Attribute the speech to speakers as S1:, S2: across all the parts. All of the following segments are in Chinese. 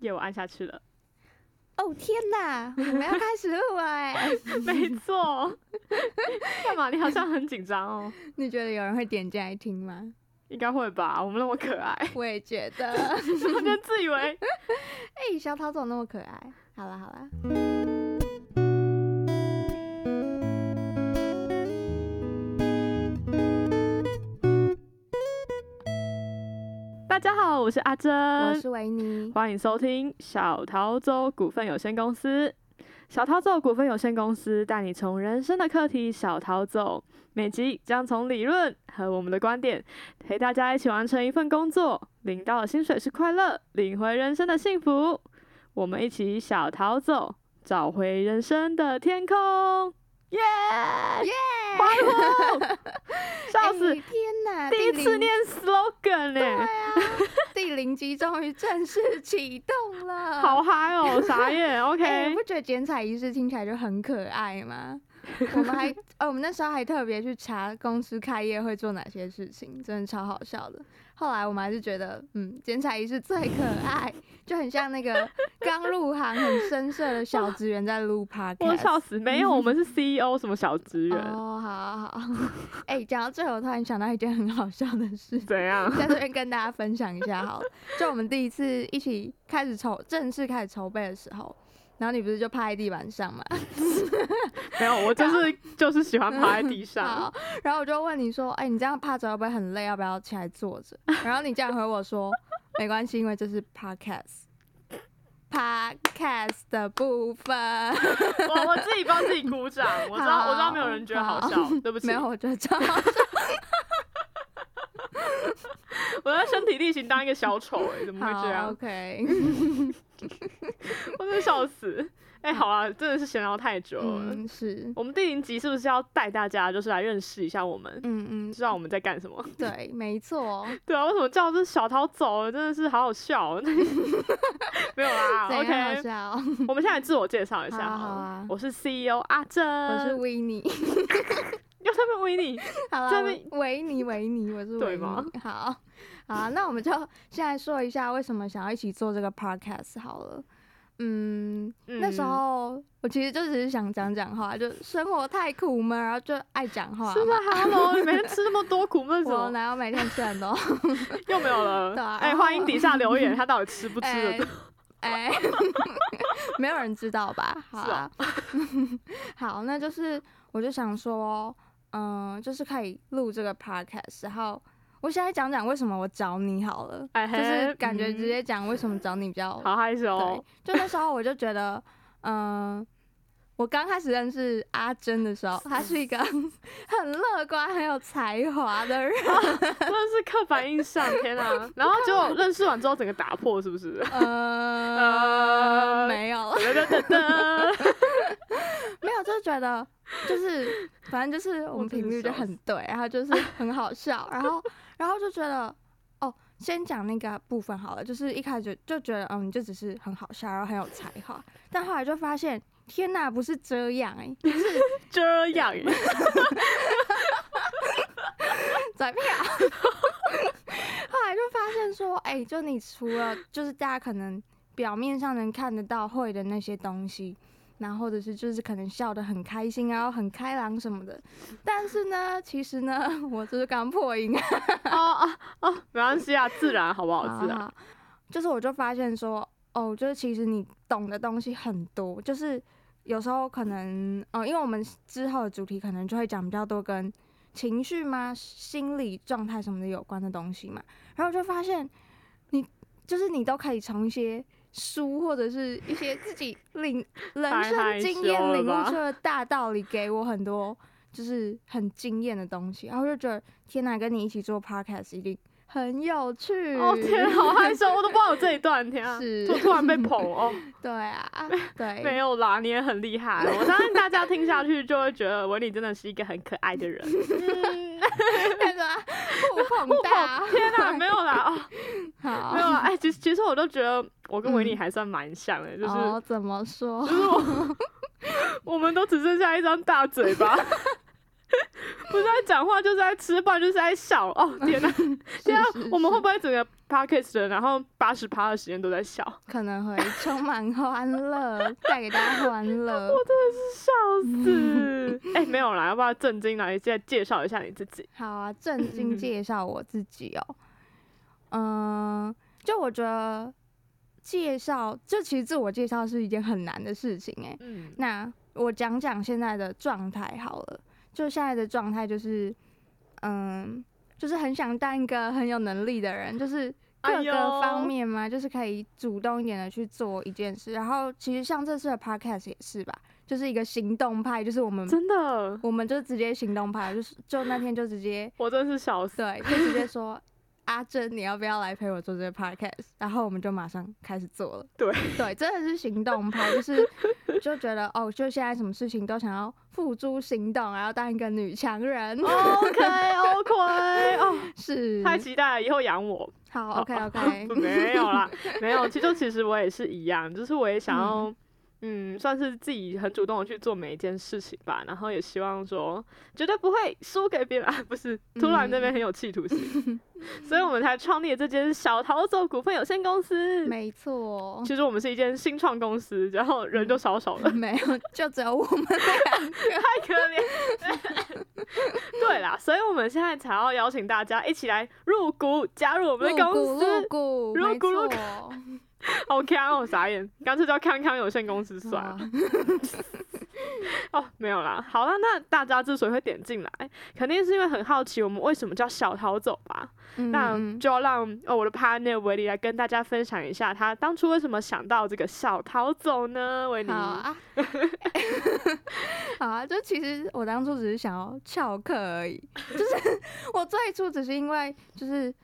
S1: 耶，我按下去了。
S2: 哦天哪，我们要开始录了哎！
S1: 没错， 干嘛？你好像很紧张哦。
S2: 你觉得有人会点进来听吗？
S1: 应该会吧？我们那么可爱，
S2: 我也觉得。 哎、
S1: 他就自以为
S2: 小桃总那么可爱。好了好了，
S1: 大家好，我是阿珍，
S2: 我是维尼。
S1: 欢迎收听小桃洲股份有限公司。小桃洲股份有限公司带你从人生的课题小逃走，每集将从理论和我们的观点，陪大家一起完成一份工作，领到的薪水是快乐，领回人生的幸福。我们一起小逃走，找回人生的天空。耶、
S2: 耶、
S1: 欢呼！笑死
S2: 哎！天哪，
S1: 第一次
S2: 零
S1: 念 slogan 欸呢、
S2: 对啊，第零集终于正式启动了。
S1: 好嗨哦，傻眼。
S2: 哎，你
S1: OK，
S2: 不觉得剪彩仪式听起来就很可爱吗？我们 还，呃，我们那时候还特别去查公司开业会做哪些事情，真的超好笑的。后来我们还是觉得，嗯，剪彩仪式最可爱，就很像 那个刚入行很生涩的小职员在录 podcast。
S1: 我笑死，没有，我们是 CEO 什么小职员，
S2: 哦，好好好。 哎、讲到这，我突然想到一件很好笑的事，
S1: 怎样？
S2: 在这边跟大家分享一下好了。就我们第一次一起开始筹，正式开始筹备的时候，然后你不是就趴在地板上嘛？
S1: 没有，我 就是就是喜欢趴在地上
S2: 好，， 然后我就问你说，哎、你这样趴着会不会很累？要不要起来坐着？ 然后你这样回我说，没关系，因为这是 podcast。podcast 的部分，
S1: 我我自己帮自己鼓掌，我知道我知道没有人觉得好笑
S2: 好，
S1: 对不起，
S2: 没有，我觉 得超好笑，
S1: 我在身体力行当一个小丑哎，怎么会这
S2: 好
S1: 样？
S2: ，OK，嗯
S1: 我真的笑死，哎，好啊，真的是闲聊太久了。
S2: 嗯，是，
S1: 我们第零集是不是要带大家就是来认识一下我们，
S2: 嗯嗯，
S1: 知道我们在干什么？
S2: 对，没错，
S1: 对啊，为什么叫这小桃走了？真的是好好笑哦， 没有啦
S2: 怎样好
S1: ，OK，
S2: 笑？
S1: 我们现在自我介绍一下
S2: 好啊
S1: 好了
S2: 好啊
S1: 我是 CEO 阿珍，
S2: 我是维尼，
S1: 又在那边 Winnie，
S2: 好啦
S1: 嗯这
S2: 我
S1: 边
S2: 维尼，维尼，我是维
S1: 对
S2: 尼
S1: 吗。
S2: 好，好，啊那我们就现在说一下为什么想要一起做这个 podcast 好了。嗯， 那时候我其实就只是想讲讲话，就生活太苦闷，然后就爱讲话
S1: 是
S2: 嘛。
S1: 吗？Hello，你每天吃那么多苦闷什
S2: 我
S1: 么？
S2: 哪有每天吃很多？
S1: 又没有了
S2: 对啊。
S1: 哎，
S2: 然后
S1: 欢迎底下留 言，他到底吃不吃
S2: 哎
S1: 的？
S2: 哎， 没有人知道吧？好啊， 好，那就是我就想说，嗯、就是可以录这个 podcast，然后我现在讲讲为什么我找你好了。
S1: 哎嘿
S2: 就是感觉
S1: 嗯
S2: 直接讲为什么找你比较、
S1: 好害羞
S2: 对
S1: 哦。，
S2: 就那时候我就觉得，嗯、我刚开始认识阿珍的时候，她是一个 很乐观、很有才华的人，
S1: 真的是刻板印象，天啊！然后结果认识完之后，整个打破，是不是？
S2: 呃，
S1: 呃，
S2: 没有，
S1: 噔噔噔噔，
S2: 没有，就是觉得就是反正就是我
S1: 我
S2: 们
S1: 真
S2: 频
S1: 是
S2: 率就
S1: 笑
S2: 很对，然后就是很好笑，然后然后就觉得哦，先讲那个部分好了，就是一开始就觉得嗯，就只是很好笑，然后很有才华，但后来就发现。天呐，不是这样哎、欸，就是
S1: 这样 耶。
S2: 怎么样？后来就发现说，哎、就你除了就是大家可能表面上能看得到会的那些东西，然后或者是就是可能笑得很开心啊，然后很开朗什么的，但是呢，其实呢， 我就是刚破音啊，
S1: 哦哦哦，没关系啊，自然好不好？自然。
S2: 就是我就发现说，哦，就是其实你懂的东西很多，就是有时候可能，呃，因为我们之后的主题可能就会讲比较多跟情绪嘛、心理状态什么的有关的东西嘛，然后我就发现你就是你都可以从一些。书或者是一些自己领人
S1: 太
S2: 生
S1: 害
S2: 经
S1: 羞
S2: 验
S1: 了
S2: 领悟
S1: 吧
S2: 出的大道理，给我很多就是很惊艳的东西，然后我就觉得天哪，跟你一起做 podcast 一定很有趣。
S1: 哦天啊，好害羞，我都不知道有这一段，天啊！
S2: 是
S1: 突突然被捧哦。
S2: 对啊，
S1: 没
S2: 对，
S1: 有啦，你也很厉害。我相信大家听下去就会觉得文理真的是一个很可爱的人。
S2: 嗯那个互捧大，
S1: 天哪，没有啦，哦，没有
S2: 好，
S1: 啦。哎，其实其实我都觉得我跟维尼
S2: 嗯
S1: 还算蛮像的，就是
S2: 哦，怎么说？
S1: 我们都只剩下一张大嘴巴。 不是在讲话，就是在吃饭，就是在笑。哦天 哪，天哪
S2: 是是，
S1: 啊我们会
S2: 是
S1: 不会整个 podcast 的，然后八十趴的时间都在笑？
S2: 可能会充满欢乐，带给大家欢 乐？
S1: 笑 死！哎、没有啦，要不要正经来再介绍一下你自己？
S2: 好啊，正
S1: 嗯
S2: 经介绍我自己哦。嗯，就我觉得介绍，就其实自我介绍是一件很难的事情哎、
S1: 嗯
S2: 那我讲讲现在的状态好了，就现在的状态就是，嗯，就是很想当一个很有能力的人，就是
S1: 哎
S2: 各
S1: 呦
S2: 个方面嘛，就是可以主动一点的去做一件事。然后其实像这次的 podcast 也是吧，就是一个行动派，就是我们
S1: 真的，
S2: 我们就直接行动派，就是就那天就直接
S1: 我真是笑死。
S2: 对，就直接说。阿珍，你要不要来陪我做这个 podcast？然后我们就马上开始做了。
S1: 对
S2: 对，真的是行动派， 就是就觉得哦，就现在什么事情都想要付诸行动，然后当一个女强 人。
S1: OK OK，哦，
S2: 是，
S1: 太期待了，以后养我。
S2: 好，OK OK，
S1: 没有 啦，没有。其实就其实我也是一样，就是我也想要，嗯算是自己很主动的去做每一件事情吧。然后也希望说，绝对不会输给别人。 啊、不是，
S2: 嗯
S1: 突然这边很有企图心， 所以我们才创立了这间小逃走股份有限公司。
S2: 没错，
S1: 其实我们是一间新创公司，然后人就少少的，
S2: 没有，就只有我们两个。
S1: 太可怜。对啦，所以我们现在才要邀请大家一起来入股，加入我们的公司。
S2: 入股，
S1: 入
S2: 入
S1: 股
S2: 股，
S1: 入
S2: 没
S1: 股
S2: 错。
S1: 好康哦，傻眼，干脆叫康康有限公司算了
S2: 哇。
S1: 哦，没有啦。好了，那大家之所以会点进来，肯定是因为很好奇我们为什么叫小逃走吧？
S2: 嗯
S1: 那就要让哦我的 partner 维尼来跟大家分享一下，他当初为什么想到这个小逃走呢？维尼
S2: 好，啊， 好啊，就其实我当初只是想要翘课而已，就是 我最初只是因为就是。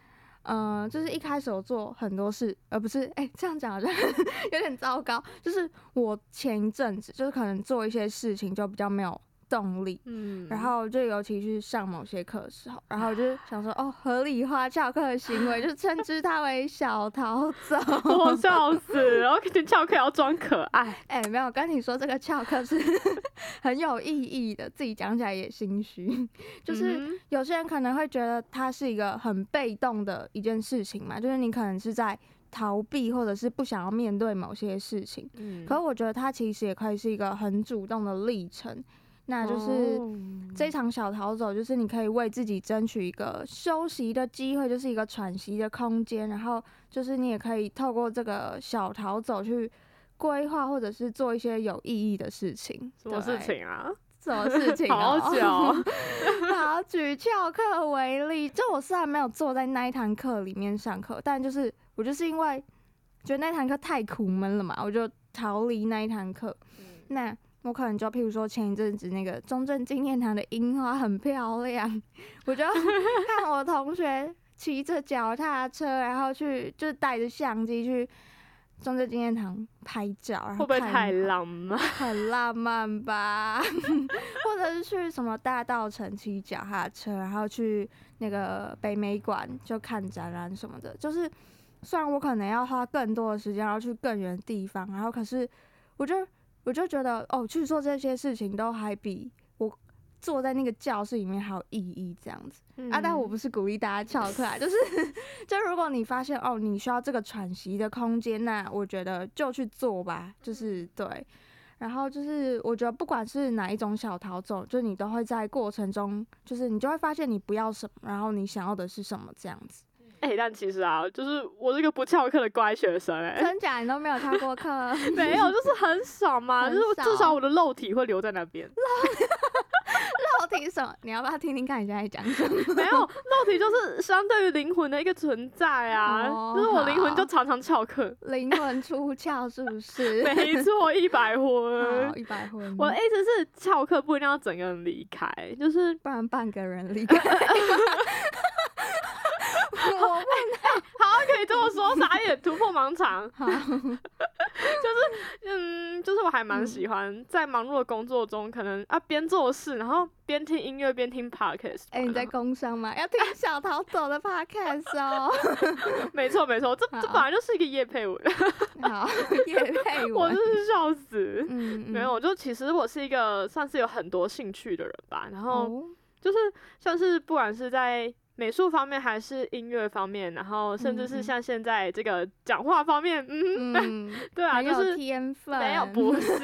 S2: 呃，就是一开始我做很多事，而不是哎、这样讲好像 有点糟糕。就是我前一阵子就是可能做一些事情就比较没有动力，
S1: 嗯
S2: 然后就尤其是上某些课的时候，然后我就想说哦，合理化翘课的行为，就称之它为小逃走。
S1: 我笑死，然后你翘课也要装可爱，
S2: 哎、没有跟你说，这个翘课是 很有意义的，自己讲起来也心虚。就是
S1: 嗯
S2: 有些人可能会觉得它是一个很被动的一件事情嘛，就是你可能是在逃避或者是不想要面对某些事情。
S1: 嗯
S2: 可我觉得它其实也可以是一个很主动的历程，那就是
S1: 哦
S2: 这场小逃走，就是你可以为自己争取一个休息的机会，就是一个喘息的空间，然后就是你也可以透过这个小逃走去规划，或者是做一些有意义的事情。
S1: 什么
S2: 对
S1: 事？情啊？
S2: 什么 事情、
S1: 好
S2: 哦？
S1: 久
S2: 好，举翘课为例，就我虽然没有坐在那一堂课里面上课，但就是我就是因为觉得那堂课太苦闷了嘛，我就逃离那一堂课。
S1: 嗯
S2: 那我可能就譬如说前一阵子那个中正纪念堂的樱花很漂亮，我就看我同学骑着脚踏车，然后去就是带着相机去中正纪念堂拍照，然
S1: 会
S2: 后
S1: 不会
S2: 看
S1: 太
S2: 樱花
S1: 浪漫？
S2: 很浪漫吧？ 或者是去什么大道城骑脚踏车，然后去那个北美馆就看展览什么的。就是虽然我可能要花更多的时间，然后去更远的地方，然后可是我就我就觉得哦，去做这些事情都还比我坐在那个教室里面还有意义这样子。啊，但我不是鼓励大家翘课啊，就是 就如果你发现哦，你需要这个喘息的空间，那我觉得就去做吧，就是对。然后就是我觉得不管是哪一种小逃走，就你都会在过程中，就是你就会发现你不要什么，然后你想要的是什么这样子。
S1: 哎、但其实啊，就是我这个不翘课的乖学生、哎，
S2: 真假你都没有翘过 课，啊
S1: 没有，就是很少嘛，
S2: 很
S1: 就是至少
S2: 少
S1: 我的肉体会留在那 边。
S2: 到底什么？你要不要听听看你现在讲什么？
S1: 没有，肉体就是相对于灵魂的一个存在啊，
S2: 哦
S1: 就是我灵魂
S2: 好
S1: 就常常翘课，
S2: 灵魂出窍是不是？
S1: 没错，一 百
S2: 好，
S1: 分。
S2: 一百分。
S1: 我的意思是，翘课不一定要整个人离开，就是
S2: 不然半个人离开。 我
S1: 好可以这么说，傻眼突破盲肠。
S2: 好，
S1: 嗯，就是我还蛮喜欢在忙碌的工作中，可能啊边做事，然后边听音乐边听 podcast 吧。
S2: 哎、你在工商吗？要听小逃走的 podcast 哦。
S1: 没错没错，这这
S2: 好
S1: 本来就是一个夜配文，
S2: 好，叶佩
S1: 我
S2: 文
S1: 真，是笑死。
S2: 啊嗯，嗯
S1: 没，有，就其实我是一个算是有很多兴趣的人吧，然后
S2: 哦
S1: 就是像是不管是在美术方面还是音乐方面，然后甚至是像现在这个讲话方面， 嗯，
S2: 嗯，
S1: 对啊，
S2: 很
S1: 就
S2: 有
S1: 是
S2: 天分，
S1: 没有不是，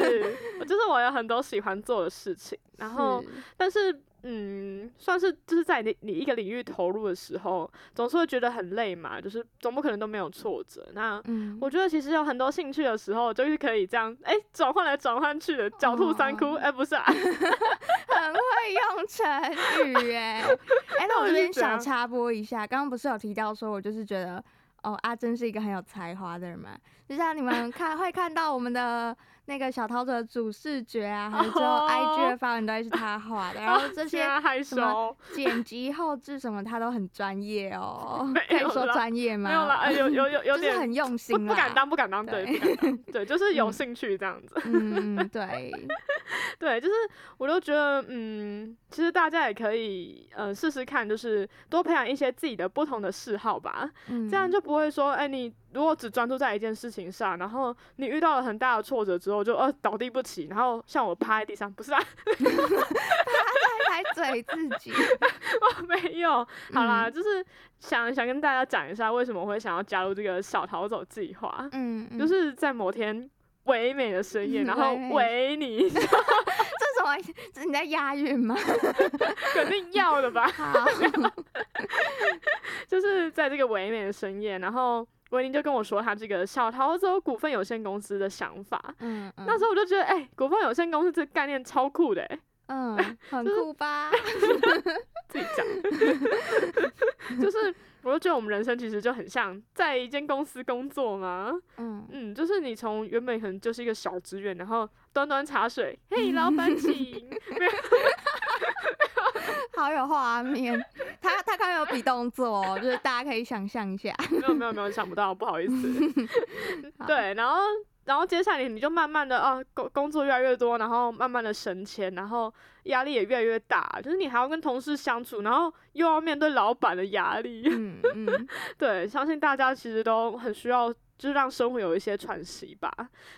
S1: 就是我有很多喜欢做的事情，然后
S2: 是
S1: 但是嗯，算是就是在你你一个领域投入的时候，总是会觉得很累嘛，就是总不可能都没有挫折。那
S2: 嗯，
S1: 我觉得其实有很多兴趣的时候，就是可以这样，哎、转换来转换去的，狡兔三窟，
S2: 哦
S1: 哎、不是啊，
S2: 很会用成语哎、哎、那我这边想插播一下，刚刚不是有提到说我就是觉得哦阿珍是一个很有才华的人嘛，就像你们看会看到我们的那个小桃子的主视觉啊，还有之后
S1: 哦
S2: IG 的发文都会是他画 的，然后这
S1: 现
S2: 些
S1: 在害
S2: 什么
S1: 羞，
S2: 剪辑后置什么他都很专业哦，
S1: 没
S2: 可以
S1: 有
S2: 说
S1: 啦
S2: 专业吗？
S1: 没有啦，哎、有有有有
S2: 就是
S1: 点
S2: 很用
S1: 不
S2: 心啦，
S1: 不敢当，不敢当，对，
S2: 对
S1: 不敢 当，对，就是有
S2: 嗯
S1: 兴趣这样子。
S2: 嗯，嗯对，
S1: 对，就是我都觉得，嗯，其实大家也可以，呃，试试看，就是多培养一些自己的不同的嗜好吧，
S2: 嗯，
S1: 这样就不会说，哎、你如果只专注在一件事情上，然后你遇到了很大的挫折之后就，呃倒地不起，然后像我趴在地上，不是啊，
S2: 还嘴自己，
S1: 我没有，好啦，
S2: 嗯
S1: 就是想想跟大家讲一下，为什么我会想要加入这个小逃走计划，
S2: 嗯，嗯
S1: 就是在某天唯美的深 夜，然后
S2: 唯美
S1: 唯 你，
S2: 这种这你在押韵 吗？
S1: 肯定要的吧。
S2: 好，
S1: 就是在这个唯美的深夜，然后维尼就跟我说他这个小逃走股份有限公司的想法。
S2: 嗯，嗯
S1: 那时候我就觉得，哎、股份有限公司这个概念超酷的、哎，
S2: 嗯，很酷吧？
S1: 自己讲， 就是我就觉得我们人生其实就很像在一间公司工作嘛，
S2: 嗯，
S1: 嗯，就是你从原本可能就是一个小职员，然后端端茶水，嘿，老板请，
S2: 好有画面。他他刚刚有比动作哦，就是大家可以想象一下。
S1: 没有没有没有，想不到，不好意思。
S2: 好
S1: 对，然后然后接下来你就慢慢的啊，工工作越来越多，然后慢慢的升迁，然后压力也越来越大，就是你还要跟同事相处，然后又要面对老板的压力。
S2: 嗯嗯，，
S1: 对，相信大家其实都很需要，就是让生活有一些喘息吧，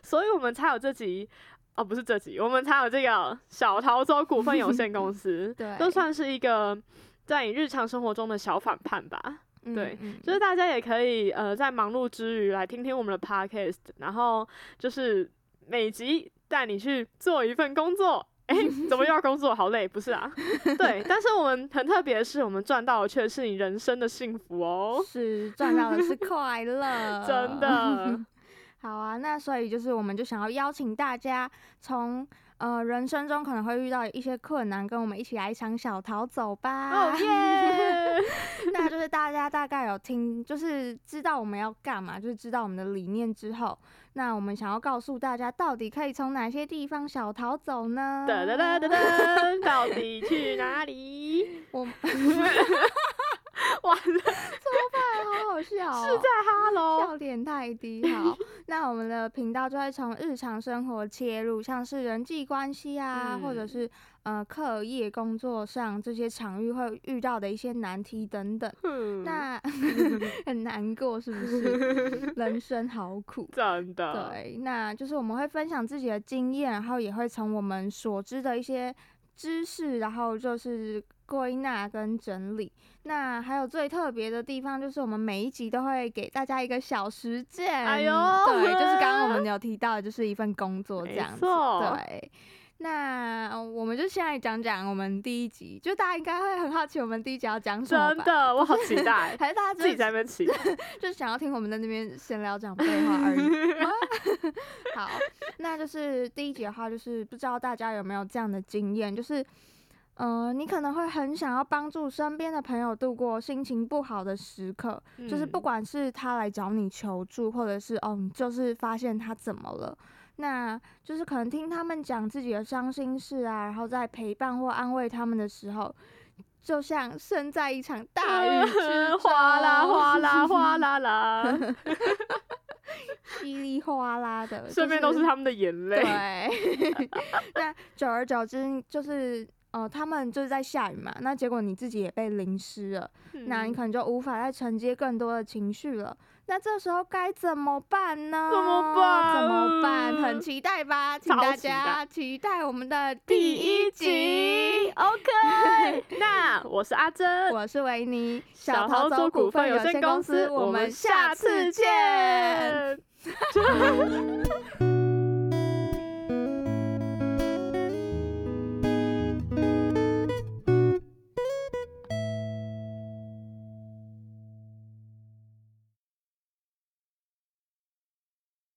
S1: 所以我们才有这集。哦，不是这集，我们才有这个小桃洲股份有限公司
S2: 对
S1: 都算是一个在你日常生活中的小反叛吧。
S2: 嗯
S1: 对，
S2: 嗯
S1: 就是大家也可以呃在忙碌之余来听听我们的 podcast，然后就是每集带你去做一份工作。哎、怎么又要工作？好累，不是 啊？对，但是我们很特别的是，我们赚到的却是你人生的幸福哦，
S2: 是赚到的是快乐，
S1: 真。的。
S2: 好啊，那所以就是，我们就想要邀请大家从呃人生中可能会遇到一些困难，跟我们一起来一场小逃走吧。
S1: 哦耶！
S2: 那就是大家大概有听，就是知道我们要干嘛，就是知道我们的理念之后，那我们想要告诉大家，到底可以从哪些地方小逃走呢？
S1: 哒哒哒哒哒，到底去哪里？
S2: 我
S1: 完了，
S2: 好好笑、哦，
S1: 是在哈喽。
S2: 笑点太低。 好，那我们的频道就会从日常生活切入，像是人际关系啊，
S1: 嗯
S2: 或者是呃课业、工作上这些场域会遇到的一些难题等等。
S1: 嗯，
S2: 那 很难过，是不 是？人生好苦。
S1: 真的，
S2: 对，那就是我们会分享自己的经验，然后也会从我们所知的一些知识，然后就是归纳跟整理。那还有最特别的地方，就是我们每一集都会给大家一个小实践。
S1: 哎呦
S2: 对，就是刚刚我们有提到的，就是一份工作这
S1: 没
S2: 样子。
S1: 错
S2: 对。那我们就先来讲讲我们第一集，就大家应该会很好奇我们第一集要讲什么
S1: 真
S2: 吧？
S1: 的，我好期
S2: ，
S1: 待
S2: 还是大家
S1: 自己
S2: 就是
S1: 在那边期待。
S2: 就想要听我们在那边闲聊讲废话 而已。 好，那就是第一集的话，就是不知道大家有没有这样的经验，就是，呃，你可能会很想要帮助身边的朋友度过心情不好的时刻， 就是不
S1: 嗯
S2: 管是他来找你求助，或者是哦，你就是发现他怎么了。那就是可能听他们讲自己的伤心事啊，然后在陪伴或安慰他们的时候，就像身在一场大雨之 中，
S1: 哗啦哗 啦哗啦啦，
S2: 稀里哗啦的，就
S1: 顺便都是他们的眼泪。
S2: 对。 那久而久之，就是呃，他们就是在下雨嘛，那结果你自己也被淋湿了，那你
S1: 嗯
S2: 可能就无法再承接更多的情绪了。那这时候该怎么办呢？
S1: 怎么办
S2: 怎么办？很期待吧，请
S1: 超
S2: 大
S1: 期待
S2: 家期待我们的
S1: 第
S2: 第
S1: 一
S2: 一
S1: 集
S2: 集。
S1: OK，那 我是阿珍，
S2: 我是维尼，
S1: 小桃
S2: 走
S1: 走股份有限
S2: 限
S1: 公
S2: 公
S1: 司，
S2: 我
S1: 我
S2: 们
S1: 们下
S2: 下次
S1: 次
S2: 见。
S1: 见。